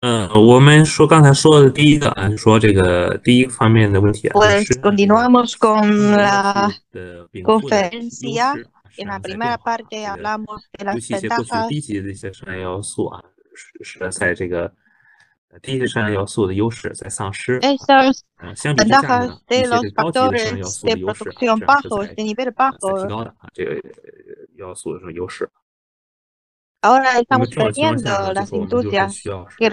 呃我们说刚才说的第一个啊，说这个第一个方面的问题啊， Pues 就是嗯 continuamos con la 的禀赋的优势 conferencia. 啊商业 En la 在变 primera 化 parte 这个 hablamos de 尤 las 其一些过去 ventajas 低级的一些商业要素啊，使使得在这个呃低级商业要素的优势在丧失。 esas 啊，相比之下哎 ventajas 呢，一 de 些 los 这高级的商业要 factores 素的优势啊，实 de producción 际上是在啊在 bajos, de nivel 提 bajo. 高的啊，这个呃要素的这种优势。 Ahora 那么 estamos 这种情况下呢，就 perdiendo las 是我们就是 industrias 需要 que 是可以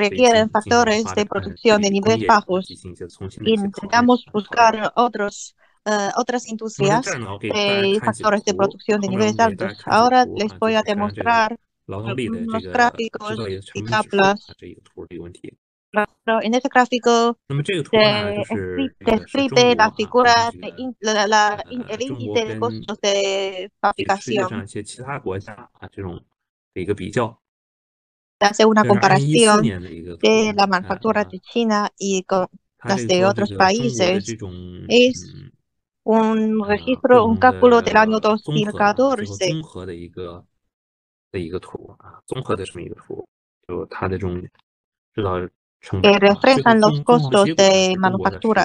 进行 requieren factores 发展 de 呃 producción de 对于工 niveles 业 bajos 进行一些重新的 y 一些考虑。 intentamos 考虑 buscar otros, eh, otras 那么 industrias 这儿呢，我给大家 de 看几个 factores de 图， producción de 后面我们 niveles 给大 altos. 家看几个 Ahora 图啊， les 就 voy 是 a 看这个 demostrar 劳动力的这 algunos 个 gráficos 制造业成 y 本指数啊 tablas. 这一个图这个问题。 Pero En este gráfico 那么这个图呢，就 se 是 escri- 这个是中 describe 国 la 啊，我们这 figura, de 个 in- la- la- in- eh, el 中 índice 国 de 跟 costos de 以及世界 fabricación. 上一些其 ah, 他国家啊这种的一个比较。 Hace una 这是二零一四 comparación 年的一个图， de la 看 manufactura 啊， de China y con 它 las 这个说这个 de otros 中国的 países 这种 es 嗯。呃，un 不 registro, un 同 cálculo del año 的综合啊，最后 2014. 综合的一个的一个图啊，综合的这么一个图，就它的这种制造成本 que 啊，最后 reflejan los 综综合的 costos 结果呢 de 是中国的是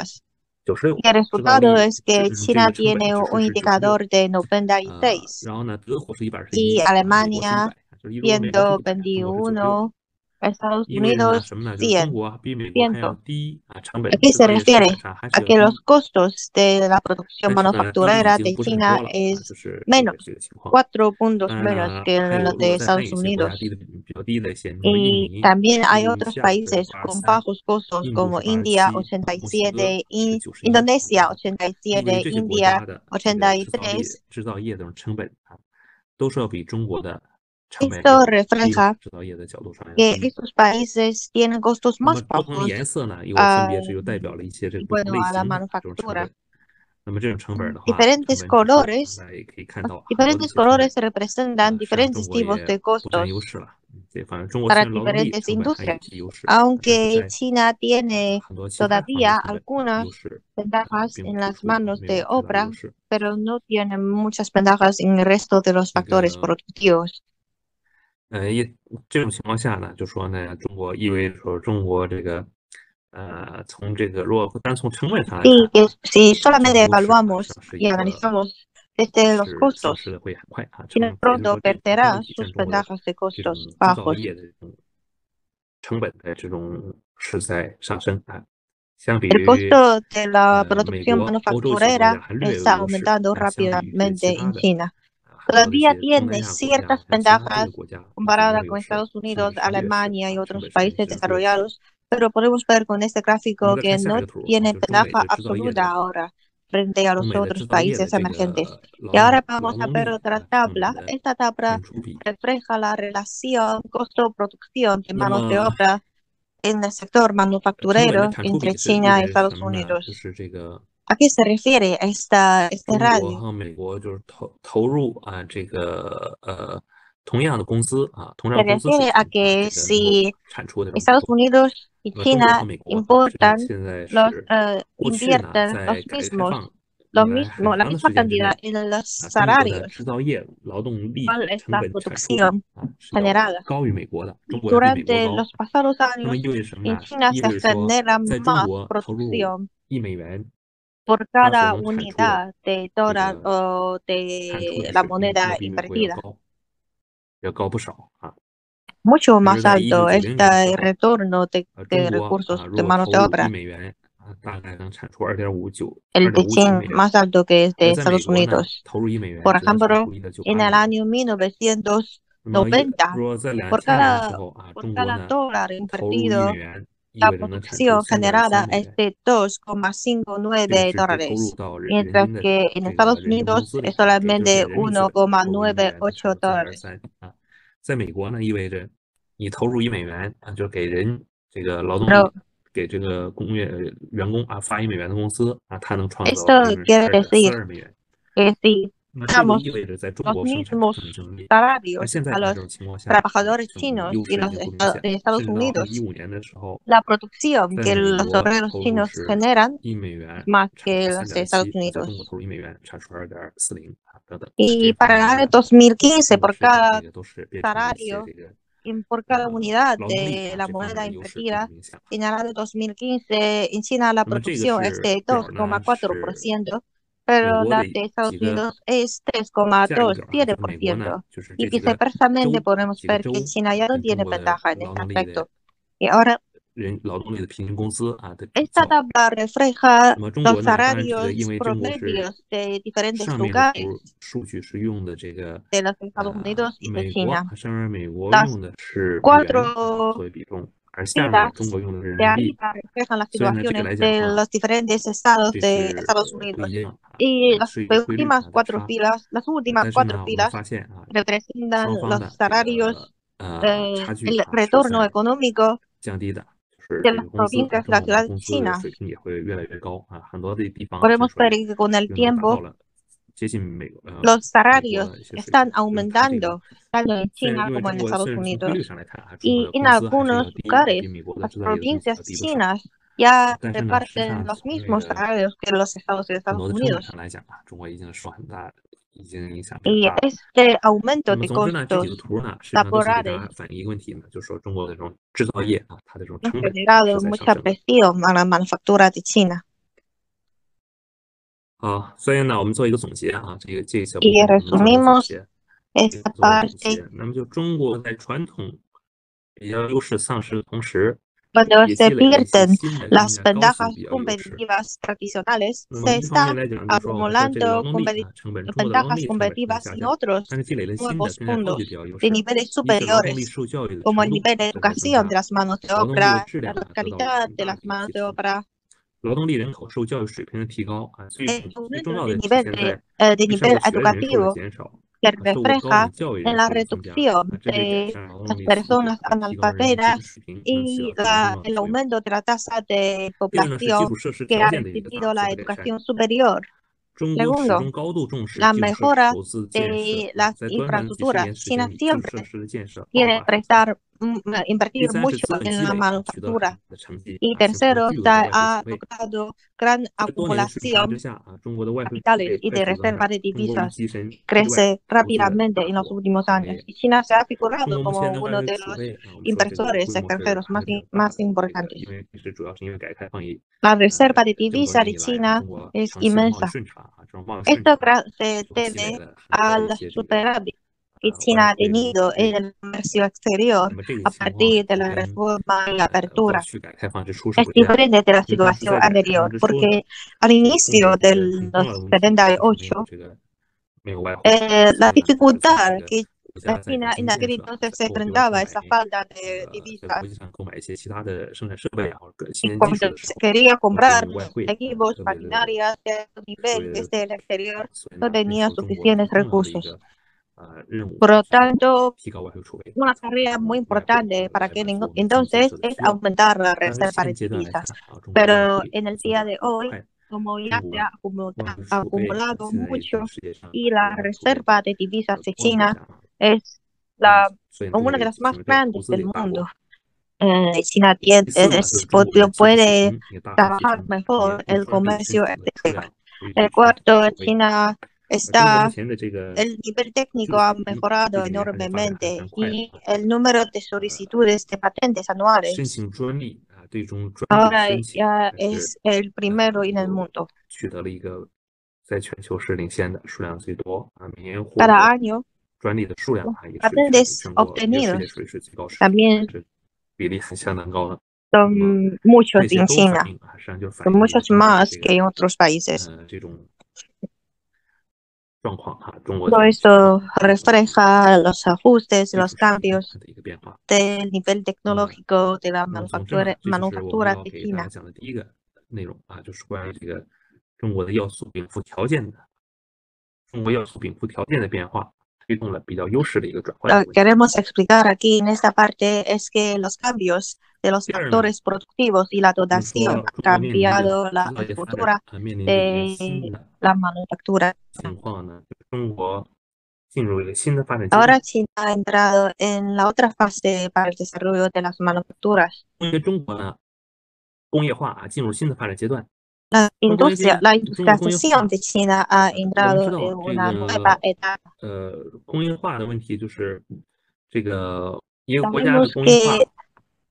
manufacturas. 九十六， Y el 制造 resultado 力 es 这 que 这个 China 成本呢 tiene 是 un 是是九十六， indicador de 呃， 96然后呢，德国是一百二十 y 一啊，美国是一 Alemania 百，就是一如美国是一百，中国是九十六， 121, Estados 意味着呢 Unidos 什么呢？就是中 100. 国啊比美国还要 100. 低啊，成 ¿A 本 qué 制造业 se 成 refiere? 本上还 A 是要 que 低。 los costos de la producción 但是呢，低已 manufacturera 经 de 不是很 China 多了啊， es 就是这个 menos, 这个情况。 cuatro puntos 当然 menos 了，还有 que 如 los 果 de 再还有 Estados 一些国家低 Unidos. 的嗯比较低的一些，比如说印 Y 尼， también 印 hay 度尼西亚 otros 是 países 八十 con 三， bajos costos 印度 como 是八十 India 七，墨西哥 87, 是 In- 九十一 Indonesia 啊。因为 87, 这些国 India 家的这个制造业 83. 制造业这种成本啊，都是要比中国的成本 Esto 要低的， refleja 制造业的角度上要 que 低。 estos países tienen costos 那么 más 不同的 bajos 颜色呢，又分 ah, 别是又代表了一些这个不同 bueno, 类 a la 型的这种成 manufactura. 本。那么这种成本的话，成 Diferentes 本指数啊， colores 大家也可以看 Los 到很多的一 diferentes 些成本， colores representan 呃，实际上中 diferentes 国也 tipos de 不占优 costos 势了。嗯对，反正中国虽 para 然劳动力 diferentes 成本还有一 industrias, 些优势，但是 aunque 在 China 呃 tiene 很多其他方面 todavía 成本优 algunas 势呃 ventajas 并 en 不突 las 出啊， manos 没有 de 制造优 obra, 势。 pero no tiene muchas ventajas en el resto de los 这 factores 个 productivos. 呃，也这种情况下呢，就说呢，中国意味着说中国这个呃，从这个如果单从成本上来 Y 看 que si 占有 solamente 优势啊，实际上是 evaluamos 一 y 个 analizamos desde los 是丧 costos, 失的会很快啊，成 China 本也就是 pronto 说这充分 perderá 体现 sus 中国的 ventajas de 这 costos 种制造 bajos. 业的这种成本的这种是在上升啊，相比 El 于 costo de la 呃美 producción 国、欧洲一些国家 manufacturera 还略有 está 优势， aumentando 但相比于这其 rápidamente en 他的 China. 啊很多的一 Todavía 些东南 tiene 亚国家还有其他 ciertas 这个 ventajas 国家不仅没 comparada 有优 con 势，甚 Estados 至是 Unidos, 劣势 Alemania y 啊，成 otros 本甚至是 países 弱势。 desarrollados, pero podemos ver con este 我们 gráfico 再 que 看下一 no 个图啊， tiene 就是中美 ventaja 的制造业 absoluta 的 ahora frente a 中 los 美的制 otros 造业的 países 这 emergentes. 个 Y 劳 ahora 动 vamos 劳 a 动 ver 力 otra 啊成 tabla. 本的 Esta 产 tabla 出比。 refleja la relación costo-producción de 那 manos de 么 obra en el 呃 sector 成本的 manufacturero 产出 entre 比是意 China y 味着什 Estados 么呢？就 Unidos. 是这个 ¿A qué se refiere esta, 中 este 国 radio? 和美国就是投投入啊，这个呃同样的工资啊，同 Se 样工资水 refiere a 平啊，这 que 个能够 si 产出的这种不 Estados 错。 Unidos y 那么中国和 China 美国啊，实际上 importan 现在 los 是 eh, 过去呢， invierten 在 los 改革开 mismos, 放以 lo 来很 mismo, la 长的 misma 时间之 cantidad 内 en los 啊，中国的 salarios. 制造业劳动力 ¿Cuál es 成 la 本产出比 producción 啊是要 generada? 高于美国的，中国要比美国高。Durante los pasados 那么意 años, 味着什么 en 呢？ China 意 se 味着说， genera 在中 más 国投入 producción 一美元， por 它所能 cada 产出的 unidad de 这 dólar 个 o 产出 de 比 la 水平要 moneda 比美国要 invertida. 高，要高不少啊。比 Mucho 如 más 在一九 alto 九零年的时 este 候， retorno de, 呃，中 de 国 recursos 啊， de 如果 manos 投 de 入一 obra. 美元啊，大概能产出二点五九二 El de 点五九 China 美元。 más alto que es 而 de 在美 Estados 国呢， Unidos. 投入一美元 Por 只能产 ejemplo, 出一点九 en 八 el 美元。 año 那么也， 1990, 如果在两 por 千年的时 cada, 候啊， por 中国 cada 呢 dólar 投入一美 invertido, 元，意 la 味着能产出 producción 三点三 generada 美 es 元。 de 2,59这个 de 是只投入 dólares, 到人人 mientras 均的 que en 这个 Estados 人均工资 Unidos 里啊，es 这就是 solamente 人力资本。中国一美元能产1,98出三点 dólares. 三啊，在美国呢，意味着你投入一美元 ah, 啊，就是给人这个劳动 Pero 力，给这个工业 Eh, 呃员工 ah, 啊发一美元的工资啊，他能创造就 esto 是 quiere 二点四 decir 二美元。 que si 那么这就 damos 意味着在中 los 国生产成本 mismos 竞争力。那 salarios 现在 a 呢，这 los 种情况下啊，这 trabajadores 种 chinos 优 y 势已 los 经不明 esta- 显， de 甚 Estados 至到二零一 Unidos, 五年的时候， la producción 在 que 美 los 国 obreros 投入 chinos 是 generan 一美 es 元 más 产 que 出三 los de 点 Estados 七，啊，在中国 Unidos. 投入一美元产出二点四零啊，等等，这 Y 方 para el 面 año 的 2015, 优 por 势呢， cada 这个都是变成了一些 salario, 这个 en- por cada 劳 unidad 动力 de 啊 la 这方面的 moneda 优势更 invertida. 明显了。 señala de 2015, en China la 那么这个 producción es 是 de 表呢 2,4%, pero 国 la 的 de Estados 几个 Unidos es 下一个啊，就是美国 3,2-7%. 呢，就是 Y 这几个 viceversamente 州 podemos 几个 ver que 州 China ya no 跟中 tiene 国的 ventaja en 劳 este 动力的 aspecto. Y ahora 人劳动力的平均工资啊的比 esta 较。 tabla refleja 那么中国 los 呢，当然这个因 salarios 为中国是 promedios de diferentes 上面的 lugares 图数据是用的这个 de los 呃 Estados Unidos y de 美国 China. 啊，上面美国 Las 用的是美元啊 cuatro 作为比重，而下面 filas 中国用的是人 de 民币， arriba reflejan las 所以呢，这个 situaciones 来讲 de 啊， los diferentes estados 这 de 是 Estados 呃不 Unidos. 一样啊， Y 有 las 是有规律 últimas 啊的 cuatro 差。 filas, las últimas 但是 cuatro 呢，我们 filas 发现啊， representan 双方 los 的这 salarios, 个呃 eh, 差距 el 啊是 retorno 在 económico 降低的，就是 de 这 las 个工资啊， provincias, 中 las 国的 ciudades 工资 chinas. 水平也会越来越高啊，很多的地方啊，就 Podemos 说 ver que 就 con el 能达到 tiempo 了接近美国呃 los 美国 salarios 的一些水平，就 están 是它这个 aumentando, tanto en 虽然 China 因为 como 中 en 国虽 Estados 然从汇率 Unidos. 上来看啊，中国的 Y en 工资还是要 algunos 低啊，比 lugares, 美国的 las 之在也工资 provincias 要低不少， chinas ya 但是呢，事实 reparten 上 los 从这 mismos 个 salarios que los estados de 很 Estados 多的成本上 Unidos. 来讲啊，中国已经受很大，已经影响比较 Y 大了。 este 那 aumento 么， de 总之呢，这几个 costos 图呢，实际上都是给大 laborales 家反映一个问题呢，就是说中国的这种制造业啊，它的这种 han 成本是 generado 在上 mucha 升的。 presión a la manufactura de China. 好，所以啊呢，我们做一个总结啊，这个这一小部 Y 分我们做一个总 resumimos 结，这个做一个 esta 总 parte 结。那么，就中国在传统比较优势丧失的同时， cuando 也 se 积累了一些 pierden 新的更 las 加高级的 ventajas 比较优势。 competitivas tradicionales, 那么 se 一方面来 está 讲，就是说我们说这个劳 acumulando 动力 competi- 啊，成本，中国的劳动 ventajas 力成本正在 competitivas 下 en 降，但 otros 是积累了新的 nuevos 更加高级的比 fondos 较优 de 势， niveles 因此劳动力 superiores, 受教育的 como el 程度 nivel de 正在增 educación de 加， las manos de 劳动力的 obra, 质量 la 啊得到了 calidad 很 de 大 las 的一个 manos 提 de 升， obra, 劳动力人口受教育水平的提高啊，最 el 最 aumento 重要 del 的体 nivel 现在 de, eh, de 对上过学的 nivel 人数的 educativo 减少 que 啊，受过高等 refleja 教育 en 人 la 数的增加啊， reducción 这对改 de 善劳动 las 力素质和提 personas 高人的知识 analfabetas 水平能起到非常重要的 y la- 作 el 用。 aumento de la tasa de 第二呢是基 población 础设施 que 条 ha 件的一个大 recibido 幅 la 的改善。 educación superior. 中国始 Segundo, 终高度重视 la 基础设施 mejora 投资建设 de 啊， las 在短短几十 infraestructuras. 年时间 China 里，基础设 siempre 施的建设爆 quiere 发上升。 prestar, mm, eh, 第 invertir 三是资 mucho 本 en 积累啊，la 取得了很 manufactura. 好的成绩 Y 啊，形成了 tercero, 巨额的 ya 外汇储 ha 备。 logrado gran 在多年的顺差之 acumulación 下啊，中国的外汇储 capitales 备 y 快速增 de 长，中 reserva de 国与 divisas 其神之外 crece 投资了 rápidamente 大 en los 国 últimos 行 años. 业。 Y China se ha 中 figurado 国目前 como 的 eh, 外 uno 汇 de 储 los 备啊，我们说这个 inversores 规模是 extranjeros 还 más, 是比较大的，这个 más importantes. 因为是主要是因为改革开放以 La 呃 reserva de 这么多 divisa 年 de 以来啊， China 中国 es 长期的贸易 inmensa. 顺差啊，这种贸易顺 Esto 差 gra- se 就积累了很 debe 大 a 的一 las 些这个 superavis que 呃外 China ha 汇的 tenido 储备。 en el comercio 那 exterior 么这个 a 情况啊， partir 就 de la 跟 reforma y la 呃过 apertura. 去改革开放之初是 Es 不一样的， diferente de la 因为当时在改革 situación 开放 anterior, 之初呢， porque 中 al 国 inicio 这 de 个很重要的 los 问题就是没有这 78, 个没有外汇， eh, 所 la 以呢，它从这 dificultad 个 que 国家 la 在北 China 京建 en aquel 设啊， entonces 或者购 enfrentaba 买 esa falta 这 de 个在国 divisas. 际上购买一些其他的生产设备啊，或者新 Y 研技术 cuando 的时 se 候，都 quería 是 comprar 用外汇啊， equipos, 特别的 maquinarias de alto 特 nivel 别的， desde el exterior, 所以 no 呢，那时 tenía 候中国很 suficientes 重要的一 recursos. 个呃任务 Por 啊， lo 就是 tanto, 提高外汇储备， una tarea 那 muy 么外汇 importante 呃 para 来 aquel 满足 engo- 我们经济建 entonces 设的 es 需要。 aumentar la 但是 reserva 现 de 阶段来 divisas. 看啊，中国外汇 Pero 储备 en el 增长 día de 很 hoy, 快， como 中 ya se 国 ha acumulada- 外汇储备啊， acumulado 现在也是 mucho 世界上 y 中 la 国外汇储备 reserva de 的 divisas de 多国 China 家啊， es 嗯， la, 所以呢，这 una 个也的 las 体现 más 了这个投 grandes 资的一个 del 大 mundo. 国。 Eh, China tiene, 第四呢，就是 es, 中国的 pod- 技术水 puede 平也大幅提 trabajar 升，也 mejor 也 el 突然可以生 comercio 产的质 exterior. 量与 El 市场 cuarto, 储备。 China 呃，中国目 está, 前的这个 el nivel 技术 técnico ha 水平这 mejorado 几年还是发展还是非常 enormemente 快的 y 啊。 el número 呃，de solicitudes de patentes 申 anuales 请专利啊，对中专利的 ahora 申请 ya 还是 es el 呃 primero en el 有 mundo. 取得了一个在全球是领先的数量最多啊，每年获 Cada 得 año, 专利的数量 los 啊，也是全 patentes 全国也是世界 obtenidos 属于是最高水平， también 是比例很相当高的。那么 son muchos 这些都 en 反 China, 映啊，实际上就反 son 映了一个 muchos 中国的 más 这 que 个 en otros países. 呃这种状况啊，中国这 Todo 种情况， esto 中国的 refleja los ajustes, 技术 los 水平 cambios 的一个变化。 del nivel 那么。 tecnológico de la 那么总之呢， manufactura, 这就是我们要给 manufactura de 大家 China. 讲的第一个内容啊，就是关于这个中国的要素禀赋条件的中国要素禀赋条件的变化，推动了比较优势的一个转换 Lo 的 que 问题。 queremos explicar aquí en esta parte es que los cambios de los 第二呢， factores productivos y la 我们 dotación 说中 han 国面临的 cambiado la 制造业发展 estructura 啊，面临着一个新 de 的 la manufactura. 情况呢，就是中国进入一个新的发展阶段。 Ahora China ha entrado en la otra fase para el desarrollo de las manufacturas. 因为中国呢工业化啊进入新的发展阶段， La 那么工业阶 industria, la 中国工业 industrialización 化， de China 呃， ha 我们知 entrado 道 en 这 una nueva 个。 etapa. 呃，工业化的问题就是这个一个国家的 Sabemos 工业化 que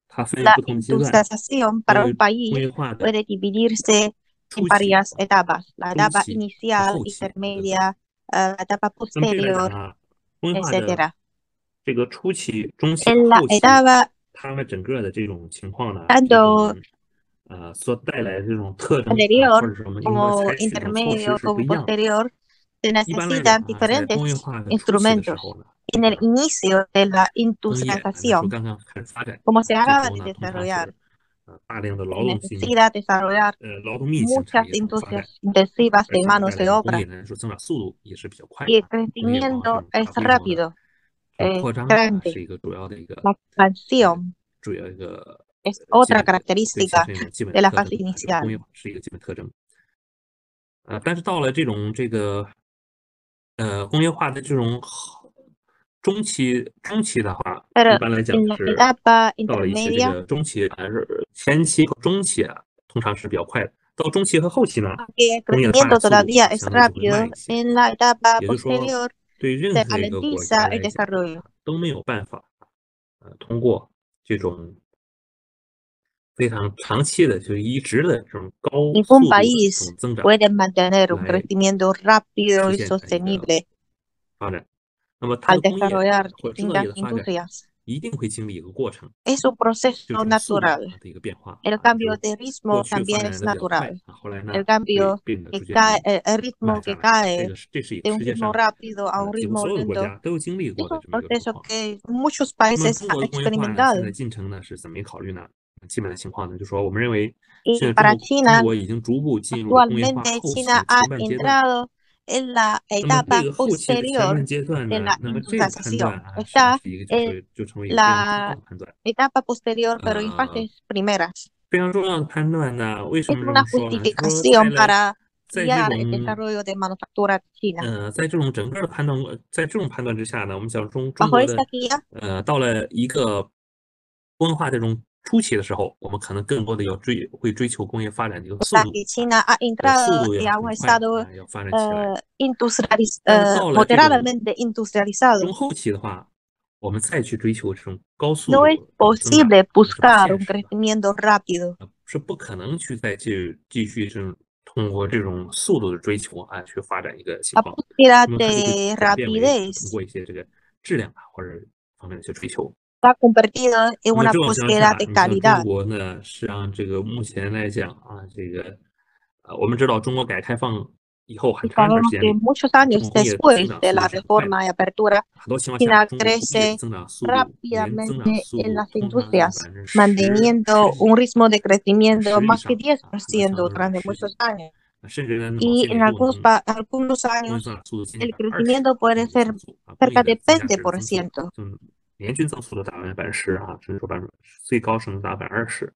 它分 la 不同阶段， industrialización para un 工 país 业化的 puede dividirse 初 en 期， varias etapas, la etapa Puchi, inicial, Puchi, intermedia, eh, la etapa 那么这来讲 posterior, 啊，工业化的 etcétera. 这个初期、中期、 En la 后期， etapa 它们整个的这种情况呢，这 tanto 种呃所带来的这种特征啊，或 anterior 者什么应该 como 采取的措施哦 intermedio 是不 como 一样的。 posterior se 一般来讲 necesitan 啊，在工业 diferentes 化的初期的时 instrumentos. 候呢，这 En el 个 inicio de la 工业啊，那时候 industrialización, 刚刚开始发展， como se 这时 acaba 候 de 呢，通常 desarrollar, 是呃大量的 se 劳动性， necesita desarrollar 呃劳动密集型产 muchas 业的发展， industrias intensivas 而 de 且呢， manos 带来的工 de 业 obra 来说增长速度也是比较快 y el 的。工业往这 crecimiento 种 es 大规模的 rápido, 这种 es 扩张啊， grande. 是一个主要的一个 La 呃 expansión 主要一个 es 呃基 otra 本的对形 característica 成一种基本 de la 特征 fase 啊，这个工 inicial. 业化是一个基本特征。呃，但是到了这种这个呃工业化的这种后中期中期的话，一 Pero 般来讲就 en la 是 etapa 到了一些这 intermedia, 个中期还是前期和中期啊，通常是比较快的。到中期和后期呢， aunque el 工业的发 crecimiento 展速度 todavía 啊， es 相对就会慢 rápido, 一些。 en la etapa 也就是说， posterior 对任 se 何一个国家 ralentiza el 来讲 desarrollo. 都没有办法呃通过这种非常长期的，就是一直的这种高 Ningún 速度的这 país 种增长 puede mantener un 来 crecimiento 实 rápido 现它 y 一个 sostenible 发展。那么它 al 的工业 desarrollar 或者制造 distintas 业的发展 industrias. 一定会经历一个过程， Es un 就 proceso 是速度啊 natural. 的一个变化 El 啊，就 cambio 是 de 过 ritmo 去发 también 展的 es 比较快 natural. 啊，后来呢 El 会 cambio 变得 que 逐渐 cae, 地 el el 慢 ritmo 下 que 来。这 cae 个是这是一个 de un 世界 ritmo 上 rápido a un 呃几乎 ritmo 所有的国 lento. 家都经历 Es 过的 un 这么一个状 proceso 况。啊 que muchos 那么 países 中 han 国的工业化呢，现在 experimentado. 进程呢是怎么考虑呢？基本的情况呢，就说我们认为现在中 Y para 国中 China, 国已经逐步进入了工业化 actualmente 后期啊的前 China ha 半阶段。 entrado en la 那么这 etapa 个后期的前半 posterior 阶段 de 呢， la 那么这个判断 industrialización. 啊，实际上 Está 是一个就 en 是就成为一个非常重要 la 的判断。 etapa posterior, pero en 呃， fases primeras. 非常重要的判断呢，为什 Es 么这 una 么说呢？就说在 justificación 来， para 在这 guiar el 种 desarrollo de manufactura de China. 呃，在这种整个的判断，在这种判断之下呢，我们讲中中 Bajo 国 esta 的， guía, 呃，到了一个工业化这种初期的时候，我们可能更多的要追，会追求工业发展的一个 o 速 sea 度 que 啊， China ha 呃，速 entrado 度 y 要 ha 很快 estado 啊，要发展起来。 eh, industrializ- 但是 eh, 到了这种 moderadamente 中 industrializado. 后期的话，我们再去追求这种高速 No es 度的增长， posible 那是不 buscar 现 un 实的， crecimiento rápido. 呃，是不可能去再去继续这种通过这种速度的追求啊，去发展一个情 La 况。 búsqueda 那么它就会 de 转变为啊，通 rapidez 过一些这个质量啊或者方面的一些追求。 se ha convertido en 那么 una 这种情况 búsqueda 下， de 你像中 calidad. 国呢，实际上这个目前来讲啊，这个呃，我们知道中国改革开放以后很 Y 长一段时 sabemos 间 que 里， muchos 啊，中 años 国工业增 después 长 de 速度 la 是很快的。 reforma y apertura, 很多情况下， China 中国工业的 crece 增长速度，年增长 rápidamente 速 en 度 las 通常在 industrias, 百分之十、十 manteniendo un 几、 ritmo de 呃 crecimiento 十以 más que 上啊，很多情10%况上十 durante 几， muchos años. 啊甚至呢，某 Y 些 en 年度 algunos, 能 pa- algunos 工业增 años, 长速度接近 el 百分之二十，啊这么一 crecimiento 个 puede 增 ser 速啊，工 cerca 业的 del 增加值的增速， 20%. 嗯，年均增速都达百分之百分之十啊，甚至说百分之最高甚至达百分之二十。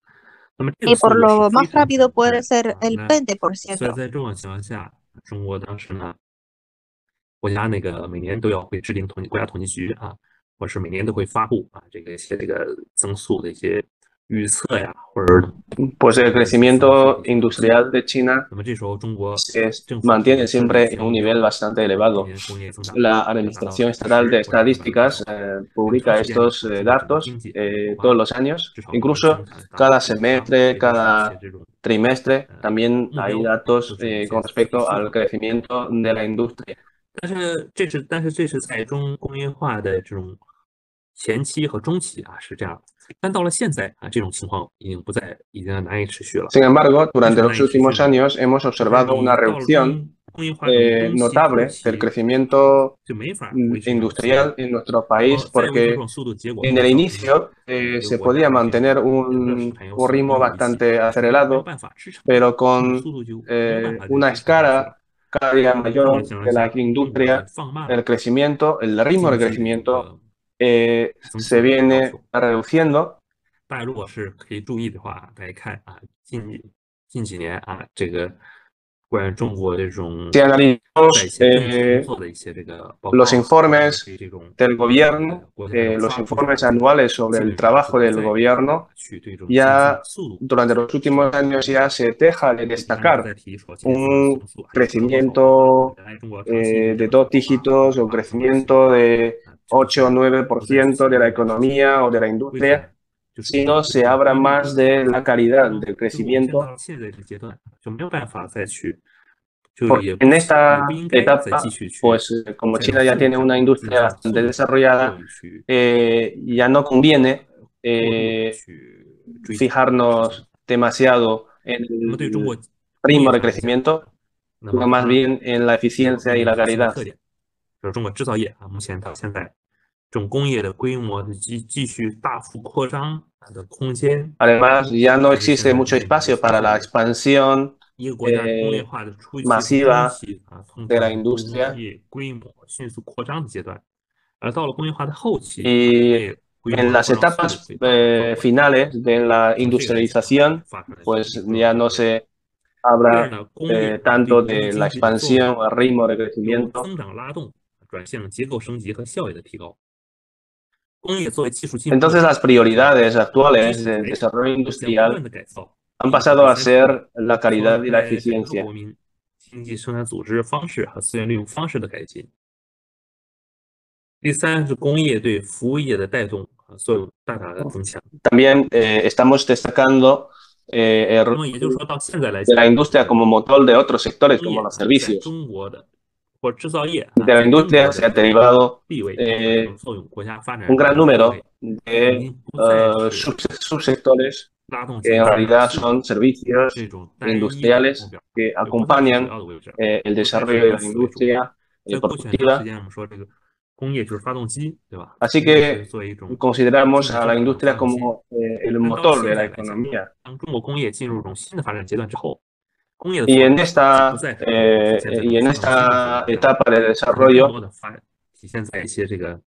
那么这个 Y 速 por 度是 lo 非常 más 非常 rápido 快 puede 的 ser 啊。 el 那所以 20%. 在这种情况下，中国当时呢，国家那个每年都要会制定统计国家统计局啊，或是每年都会发布啊这个一些这个增速的一些预测呀，或者 Pues 呃这 el 方面的 crecimiento 一些统计。 industrial de China 那么这时候中国 se 政府就 mantiene 会制定 siempre en 相 un 应的 nivel bastante 今 elevado. 年工业增长 La 要达到 Administración 百分之 Estatal de 十或者是百分之多 Estadísticas 少。 eh, 那么长 publica 时间来 estos 看，中国 eh, 整个 datos 经济 eh, 往 todos 往 los años, 至少工业增 incluso 长达 cada 百分之八， semestre, 这都是一 cada 些这种 trimestre, 呃 también 目 hay 标或 datos 者一 eh, 些 con respecto 数 al 据。 crecimiento de la industria. 但是这是但是这是在中工业化的这种前期和中期啊是这样，但到了现在啊，这种情况已经不再已经难以持续了。 Sin embargo, 为什 durante 么 los 难以持续呢？últimos años hemos 就是 observado 你 una 到了 reducción 中工业化这种 eh, 中期后 notable del 期 crecimiento 就没法 mm, 维持这种速度， industrial en nuestro 然后再 país 维持这 porque 种速度，结果 en 会 el 造成 inicio 呃 eh, 一个 se 国 podía 家的这种 mantener 整个生 un, 产由 un 死没 ritmo 有维系， bastante 没有 acelerado, 办法支撑，这 pero 种 con 速度就没有办 eh, 法去 una 支撑下去了。 escala cada día 那么这种 mayor 情况 de la 下，中国 industria, 是放慢 el 了 crecimiento, el ritmo de 经济的这 crecimiento 个 eh, 增 se 速的要 viene 求。 reduciendo. 大家如果是可以注意的话，大家看啊，近近几年啊，这个关于中国这种 Si 在一 analizamos 些政治 eh, 工作的一些这个报告 los informes 对这种 del gobierno, 国家 eh, 的 los 发布 informes anuales 基 sobre el 本上 trabajo 是 del 在 gobierno, 去对这种 ya 增速度 durante los últimos años ya se deja de destacar 在提出了 un 增速啊 crecimiento 原来中国长期 eh, 这个 de dos 计划 dígitos o 啊 crecimiento de 啊这个8 o 9% de la economía o de la 为 industria. 什么就是 sino 这 se 个规 habla 律 más de la calidad del 就是我们现 crecimiento 到现在这个阶段就没有办法再去，就 Porque 也不 en 也 esta 不应该再 etapa, 继续去 pues eh, como 再 China 用 ya 速 tiene 度 una 再 industria 用速 bastante 度 desarrollada, 过于去 eh, ya no conviene 过度 eh, 去追求这个事 fijarnos 情 demasiado en 那么对中国 el 工 ritmo 业上来 de 讲， crecimiento, 那 sino 么 más 它 bien en la 有 eficiencia 一 y 个 la 核心的 calidad. 特点，就是中国制造业啊，目前到现在这种工业的规模的继继续大幅扩张，它的空间， Además, ya no 对于 existe 现在 mucho 这种 espacio para la 发展 expansión 一个国家工业呃化的初期和中 Eh, masiva 期啊，通 de la 过工 industria 业规模迅速扩张的阶段，而到了工业化的后期，工 y 业规模 en 的 las 扩张速度会大 etapas 幅超 eh, 过。 finales de 从这 la 个来讲， industrialización, 发生了一 pues 定程 ya 度的 no 问题。 se 第二 habla 呢，工业 eh, 啊对 tanto 国民 de la 经济的作用 expansión o el ritmo de 由 crecimiento, 增长拉动，转向结构升级和效益的提高。工业作为技术进 Entonces 步， las 从 prioridades 基 actuales 础改 del 革 desarrollo 向不断 industrial 的改造， han 应对 pasado 第 a 三世界 ser la 主要 calidad 是 y la 在整个 eficiencia. 国民经济生产组织方式和资源利用方式的改进。第三是工业对服务业的带动和作用大大的增强。 También eh, estamos destacando eh, el 那么也就是 rol 说，到现在来 de 讲， la industria como motor de otros sectores 工 como 业 los 在 servicios. 中国的或制造业啊， De la 在中 industria 国 se ha 的 derivado 地位 eh, 和作用，国家发展 un 中 gran 的地位 número 已 de 经不再 eh, 是 sub- subsectores 拉动 que 经 en 济增 realidad 速度 son servicios 这种单一的目 industriales 标， que 就不再是主 acompañan 要的位置了， eh, el 不再是 desarrollo 以 de la 此为主。 industria eh, 在过去很长时 productiva. 间，我们说这个工业就是发动机，对吧？ Así 工业是 que 作为一种生 consideramos 产生 a 产的 la 发 industria 动机。 como eh, el 但到 motor 现 de la 在来讲， economía. 当中国工业进入这种新的发展阶段之后，工业的 Y 作 en 用就不 esta, 再是这种体 eh, 现在这 y 种 en 发动机的作用上了，esta etapa de 可能更 desarrollo, 多的发体现在一些这个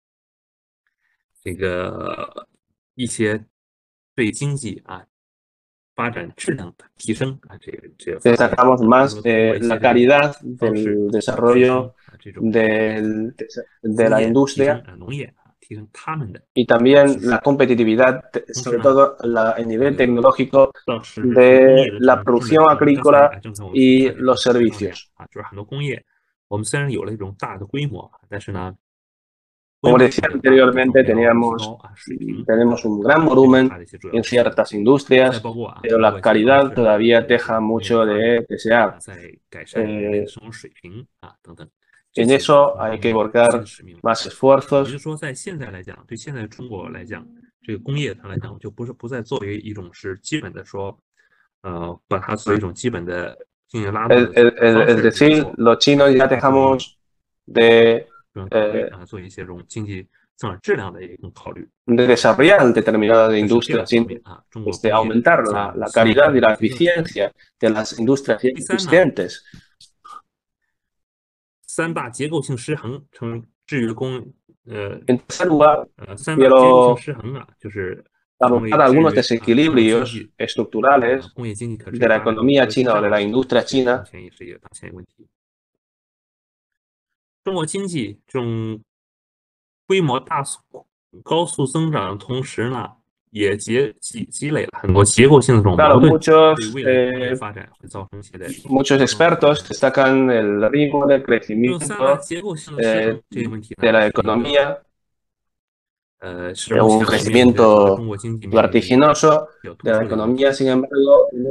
这个一些对经济啊发展质量的提升啊，这个这个方面， destacamos 比如 más 说通过 eh, 一些 la 这种 calidad 方式啊 del 提升 desarrollo 啊这种 del- de 工 la 业提升 industria 啊农业啊提升他们的 y también 知识， la competitividad, te- 同时 sobre 呢， todo la- 这 el nivel 个 tecnológico 到时这个工业的 de 这 la 种重本 producción 啊，我们刚才 agrícola 啊，正才我们 y 差点 los 提到点 servicios. 啊，就是很多工业，我们虽然有了一种大的规模，但是呢，规 Como 模 decía 上的大，但是我 anteriormente, 们要提 teníamos, 高啊水平， tenemos un gran 这是 volumen 它的一些主要 en 特点。 ciertas 再 industrias, 包括啊， pero 通 la 过一些方 calidad 式啊， todavía 对这种工业的 deja mucho 发展 de desear. 啊，在改善人类的 Eh, 生活水平啊等等，这 en 些都是 eso 中国 hay 工业 que 新的 volcar 使命。 más 也就 esfuerzos 是说，在现在来讲，对现在中国来讲，这个工业上来讲，就不是不再作为一种是基本的说，呃，把它作为一种基本的经济拉动 Es, 的 es- es- 方 es 式来 decir, 说， los chinos ya 把它作为一种 dejamos de, 这种考虑 eh, 啊，作为一些这种经济增长质量的一种考虑。 de desarrollar determinadas 这是第二 industrias, 方 sino 面啊，中国 es 工 de 业 aumentar 在 la, la 新的发 calidad 展阶 y la 段。 eficiencia de las industrias ya 第三呢， existentes. 三大结构性失衡成至于工呃 En tercer lugar, 呃三大结构性 quiero 失衡啊，就是成为 abordar 至 algunos 于啊中国经 desequilibrios 济。啊， estructurales 工业经济可持续 de la 发展和 economía 国际 china o 战 de la 略的问 industria 题，目 china. 前也是一个当前一个问题。中国经济这种规模大速、高速增长的同时呢，也积积积累了很多结构性的这种矛 Claro, 盾，对 muchos, 未来工业 eh, 发展会造成一些的这 muchos 种挑战。 expertos destacan el ritmo de 这种三大 crecimiento 结构性的失 eh, 衡这个问题 de 呢， la 是一个 economía, 呃，是 de 目前 un 我们也觉得说中 crecimiento 国经济面临的一个 vertiginoso 比较突 de 出的一个问 la 题。 economía. Sin embargo, en este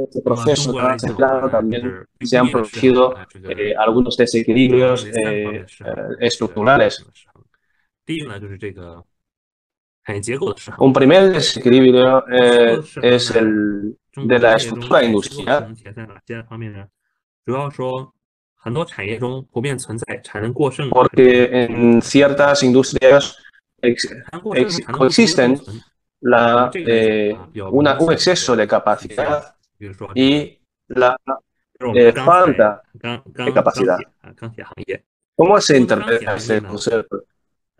那么中 proceso 国来 tan 讲，当然就 acelerado también 是对 se 工业 han 的失衡 producido 啊，这个。 eh, algunos 主要是 desequilibrios 这三方面 eh, 的失 eh, 衡啊，这个结构 estructurales. 性的失衡。第一个呢，就是这个产业结构的失衡。 Un primer desequilibrio 产业结构的 eh, 失衡呢，es el 中国 de 工 la 业中产业结构的 estructura 失衡体 industrial. 现在哪些方面呢？主要说，很多产业中普遍存在产能过剩和 porque en ciertas industrias ex- 产能过剩和 ex- 产能不足的共 coexisten 存。那么 la, 这个来讲 eh, 啊，比较 una, 明 un 显的一个 exceso de 体现， capacidad 比如说这个， y la 就是我们的 eh, 钢材、 falta 钢钢 de 钢 capacidad. 铁啊，钢铁行业。 ¿Cómo se 中国的钢铁 interpreta 行业 este 呢， concepto?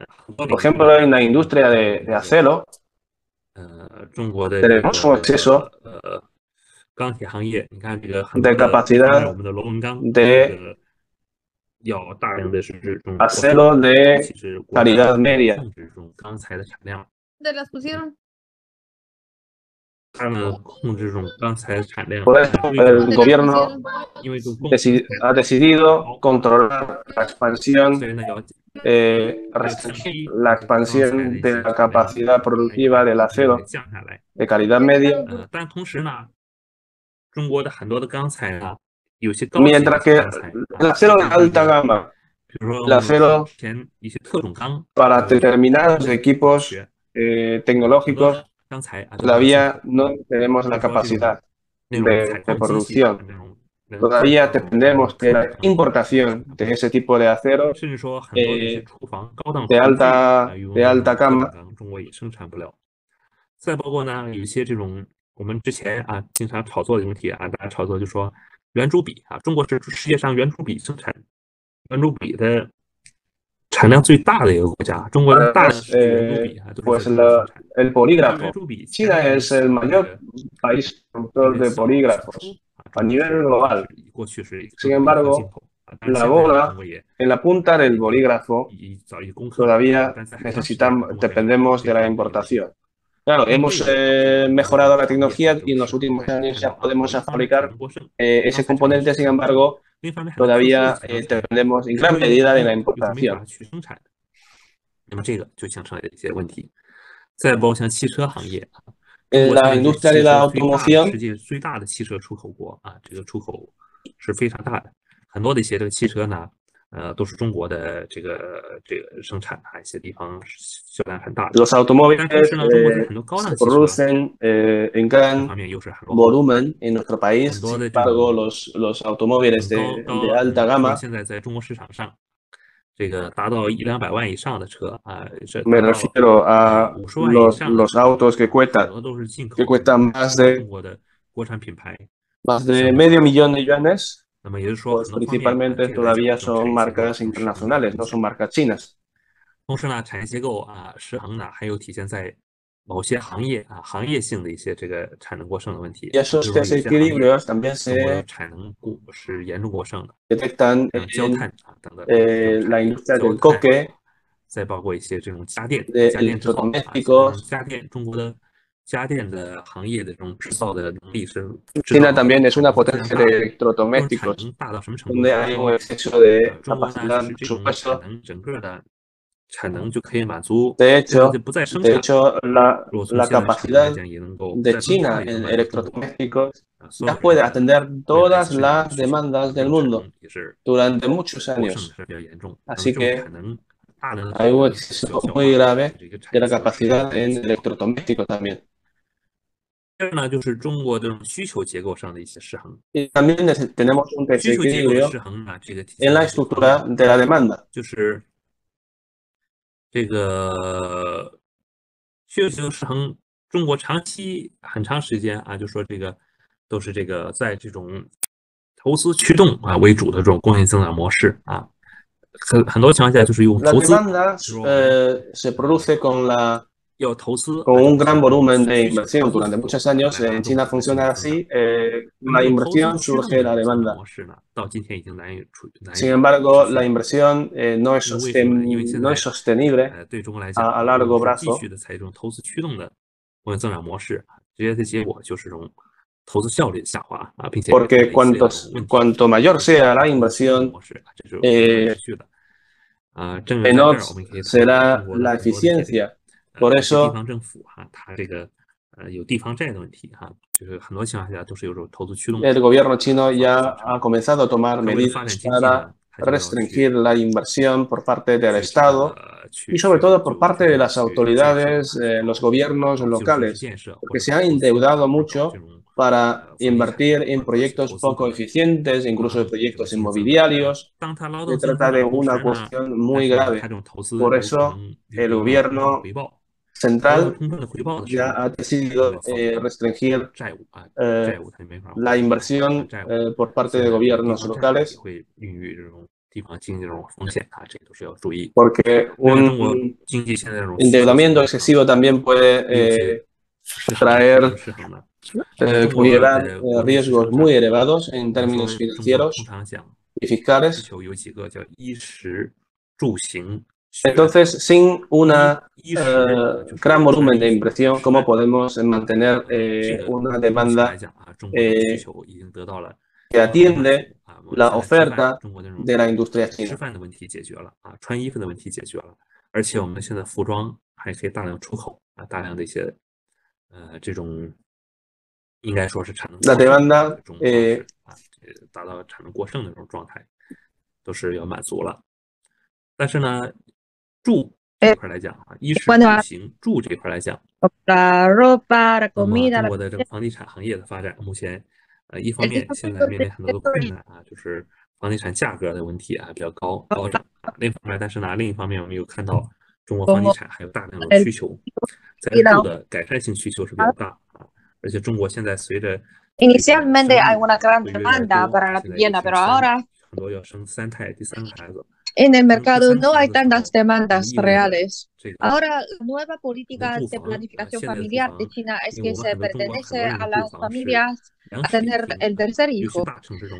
呃很多领域 Por ejemplo, en la 中 industria 国的 de, 这 de 个。 acero 呃，中国的这 tenemos un exceso 个呃钢铁行业，你看这个很多的的，当然 capacidad 我们的螺纹钢 de 这个要大量的是这种国产 Hacerlo de 其实国 calidad 家 media. 控制这种钢材的产量， ¿Dónde las pusieron? 他们控制这种钢材的产量， Por 因为 eso el ¿Dónde las gobierno pusieron? 因为这种供， deci- ha decidido controlar la expansión, 所以呢要 eh, restringir la expansión de la capacidad productiva del 给 acero 降下来。 de calidad media, 呃，但同时呢，中国的很多的钢材呢，有些高级的 mientras que 钢材， el acero de alta gama 比如说我拉们菲咯之前一些特种钢 para determinados 科 equipos 学 eh, 很多 tecnológicos 钢材啊， todavía no tenemos la capacidad. 那种 de- 采 de 矿机器 producción 那种，那种 Todavía 采矿 dependemos de la importación de ese tipo de acero 甚至说很多的一些呃厨房高档，de 厨具 alta- 啊用 de 这种 alta 特种 gama 钢，中国也生产不了。再包括呢，有一些这种我们之前啊经常炒作的一个问题啊，大家炒作就说圆珠笔啊，中国是世界上圆珠笔生产圆珠笔的产量最大的一个国家，中国呃的大量是圆珠笔啊，都是 pues 在中国 la- 生产。但 el 圆 polígrafo. 珠笔 China es el mayor país productor de polígrafos. 啊 a nivel global. Sin embargo, 啊 la bola En la punta del bolígrafo todavía necesitamos, dependemos de la importación. Claro, hemos eh, mejorado la tecnología y en los últimos años ya podemos ya fabricar eh, ese componente, sin embargo, todavía eh, dependemos en gran medida de la importación. 去生产。那么这个就形成了一些问题。再包括像汽车行业啊，中 En 国现 la 在是 industria 汽 de 车最 la 大的 automoción, 世界最大的汽车出口国啊，这个出口是非常大的。很多的一些这个汽车呢，呃，都是中国的这个这个生产啊，一些地方销量很大的。 los automóviles 但同时呢，中国在 eh, 很多高档汽 se 车 producen eh, en 这 gran 方面又是很落后的。 volumen en nuestro país, sin embargo, los, los 很 automóviles de, 高高 de 嗯 alta 说 gama 现在在中国市场上，这个达到一两百万以上的车啊，这 Me 达到 refiero a 五十万以 los, 上的 los autos que 很 cuestan, 多都是进口 que 的 cuestan más de, 中国的国产品牌。 más de medio millón de yuanes, 那么也就是说， pues 很多方面啊 principalmente 这个来 todavía 讲可能产 son 业结构是 marcas 很 internacionales, no son marcas chinas. 同时呢，产业结构啊失衡呢，还有体现在某些行业啊行业性的一些这个产能过剩的问题。 Y 比如 esos 说有些行业 desequilibrios también 中国的 se 产能过是严重过剩的， detectan 像焦 en 炭啊等等。 eh, 这种产业焦 la industria 炭 del coque 再包括一些这种家电呃，家电制造啊，其实这种 electrodomésticos 家电中国的家电的行业的这种制造的能力是制 China 造 también es una 非常 potencia 大的中 de 国产 electrodomésticos, 能大到什么程度 donde 呢？ hay 中 un 国 exceso de 呃中国呢 capacidad, 是 por 这种产 supuesto. 能整个的产能就可以满足， De 就算 hecho, 就不再生 de 产。 hecho, la, 如果从 la 现在的产能来 capacidad 讲，也能够 de 再生 China 产，也能 en 满足中国 electrodomésticos 啊所有 ya 人 puede 的 atender 未来 todas 自身的 las 需求， demandas 这 del 种产 mundo 能也是 durante muchos 过剩的 años 是比较严重。那么 Así 这种 que 产能大量的 hay 产能 un 消 exceso 消化 muy 了 grave 这个产 de 业 la 结构是非 capacidad 常严 en 重的。 electrodomésticos también. 第二呢，就是中国这种需求结构上的一些失衡。 Y también des- tenemos un 需求结构的失 desequilibrio 衡呢，这个体现 en la 在几方面 estructura de la demanda. 就是这个需求结构失衡，中国长期很长时间啊，就说这个都是这个在这种投资驱动啊为主的这种供应增长模式啊，很很多情况下就是用 La 投资， demanda 就是我们 eh, se produce con la, 要投资啊，就 con un 是 gran 这种 volumen 需 de 需求 inversión. 投资 Durante 所 muchos 来拉 años en 动我们的经济增长。那么用投 China funciona así, eh, la 资 inversión 驱动的 surge la 增长 demanda. 模式呢，到今天已经难以处难以 Sin embargo, 实 la 现。 inversión eh, no es 因为为什么呢？因为 sosten- 现 no 在 es sostenible 呃，对中国来讲 a, a 啊，我 largo 们是继 plazo. 续的采用投资驱动的工业增长模式啊，直接的结果就是这种投资效率的下滑啊，并且带来 Porque 一系列的 cuantos, 问题。 cuanto 就 mayor 是这 sea 种 la 投资驱动的模式啊，这是不 inversión, 可 eh, 持续的。啊，正在这儿 menor 我们可以看到 será 中国的 la 很多的一些这个 eficiencia. 呃 Por 一些地 eso, 方政府哈、它这个呃有地方债的问题哈、就是很多情况下都是有这种投资驱动 el gobierno 发 chino 展 ya 形成 ha 的。 comenzado a tomar 它为了发 medidas 展经济 para 呢，它就要去 restringir la inversión por parte 去这 del Estado 个去 y sobre 去 todo por 就 parte 这 de 种去建 las 设 autoridades, eh, 搞 los 搞 gobiernos 基础设施 locales, 建设，或 porque 者 se 搞 han 投资 endeudado 或者搞这 mucho 种 para 呃房地产 invertir en 或者去 proyectos 投资 poco 等等， eficientes, 啊， incluso 这 en 个 proyectos 新增的呃， inmobiliarios. 当它劳 Se 动增 trata 长的 de 同 una 时呢， cuestión 但 muy 是呢，它 grave. 这种投资 Por 有可 eso, 能有 el 这个通胀 gobierno 回报，当有 central 通胀的回报的时候， ya 它 ha 就 decidido 会造 eh, 成 restringir 债务啊， eh, 债务它就没法 la 还啊，造成 inversión 债务。 eh, por parte 所以 de 呢，这个地方 gobiernos 债务也 locales, 会孕育这种地方经济这种风险啊，这个都是要注意。 porque 另外，中国 un 经济现在这种需求结 endeudamiento 构上 excesivo también 也有一 puede eh, 些失衡， traer 失衡的。 eh, conllevan eh, riesgos muy elevados en términos financieros y fiscales. Entonces, sin un eh, gran volumen de inversión, ¿cómo podemos mantener eh, una demanda 啊，eh， que atiende la oferta de la industria china? 啊啊呃 La demanda eh, 啊啊 la ropa, la comida, 那么中国的这个房地产行业的发展，目前呃哎一方面现在面临很多的困难啊，就是房地产价格的问题啊比较高高涨。另一方面，但是呢，另一方面我们又看到中国房地产还有大量呃的需求，在住的改善性需求是比较大啊，而且中国现在随着 Inicialmente hay una gran demanda para la vivienda, pero ahora 很多要生三胎、第三个孩子。 en el mercado no hay tantas demandas reales. Ahora, la nueva política de planificación familiar de China es que se pertenece a las familias a tener el tercer hijo.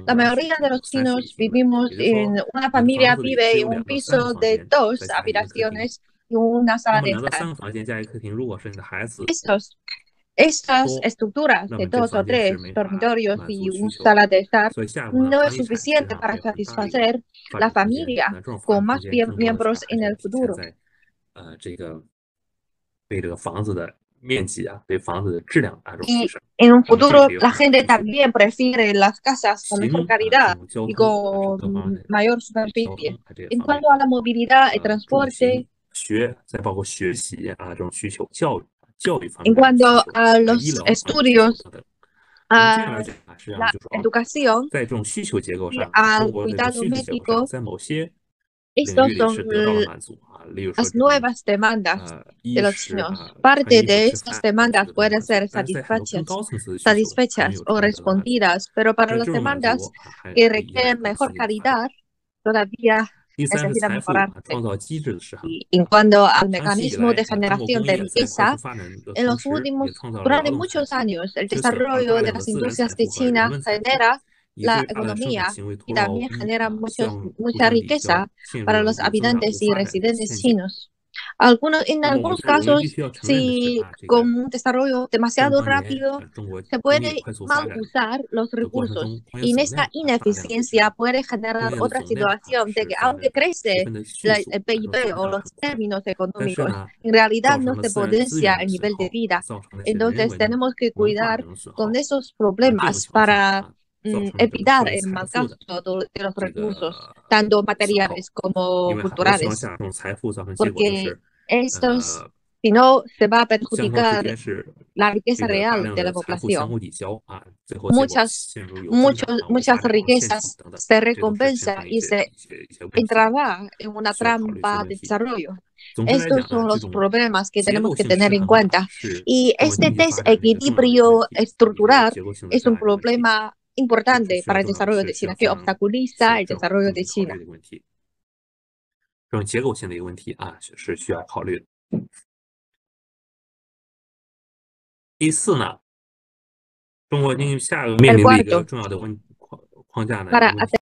La mayoría de los chinos vivimos en una familia, vive en un piso de dos habitaciones y una sala de estar. Estos estas estructuras de dos o tres dormitorios y una sala de estar no es suficiente para satisfacer la familia con más miembros en el futuro. Y en un futuro la gente también prefiere las casas con mejor calidad y con mayor superficie. En cuanto a la movilidad, el transporte, en cuanto a los estudios, a la educación, al cuidado médico, estas son las nuevas demandas de los chinos. Parte de estas demandas pueden ser satisfechas, satisfechas o respondidas, pero para las demandas que requieren mejor calidad, todavía 第三是财富创造机制的市场。 En cuanto al mecanismo de generación de riqueza, en los últimos durante muchos años el desarrollo de las industrias de China genera la economía y también genera muchos, mucha riqueza para los habitantes y residentes chinos. Algunos, en algunos casos, si con un desarrollo demasiado rápido, se puede mal usar los recursos y en esta ineficiencia puede generar otra situación de que aunque crece el PIB o los términos económicos, en realidad no se potencia el nivel de vida. Entonces tenemos que cuidar con esos problemas para Mm, evitar el mal gasto de los recursos, tanto materiales como culturales, porque ah, estos, si no, se va a perjudicar la riqueza real de la población. Muchas, muchos, muchas riquezas se recompensan y se entrará en una trampa de desarrollo. Estos son los problemas que tenemos que tener en cuenta. Y este desequilibrio estructural es un problema importante para el desarrollo de China, que obstaculiza el desarrollo de China. 这种结构性的一个问题 Ah, 啊，是需要考虑的。第四呢，中国经济下一个面临的一个重要的问框架呢， para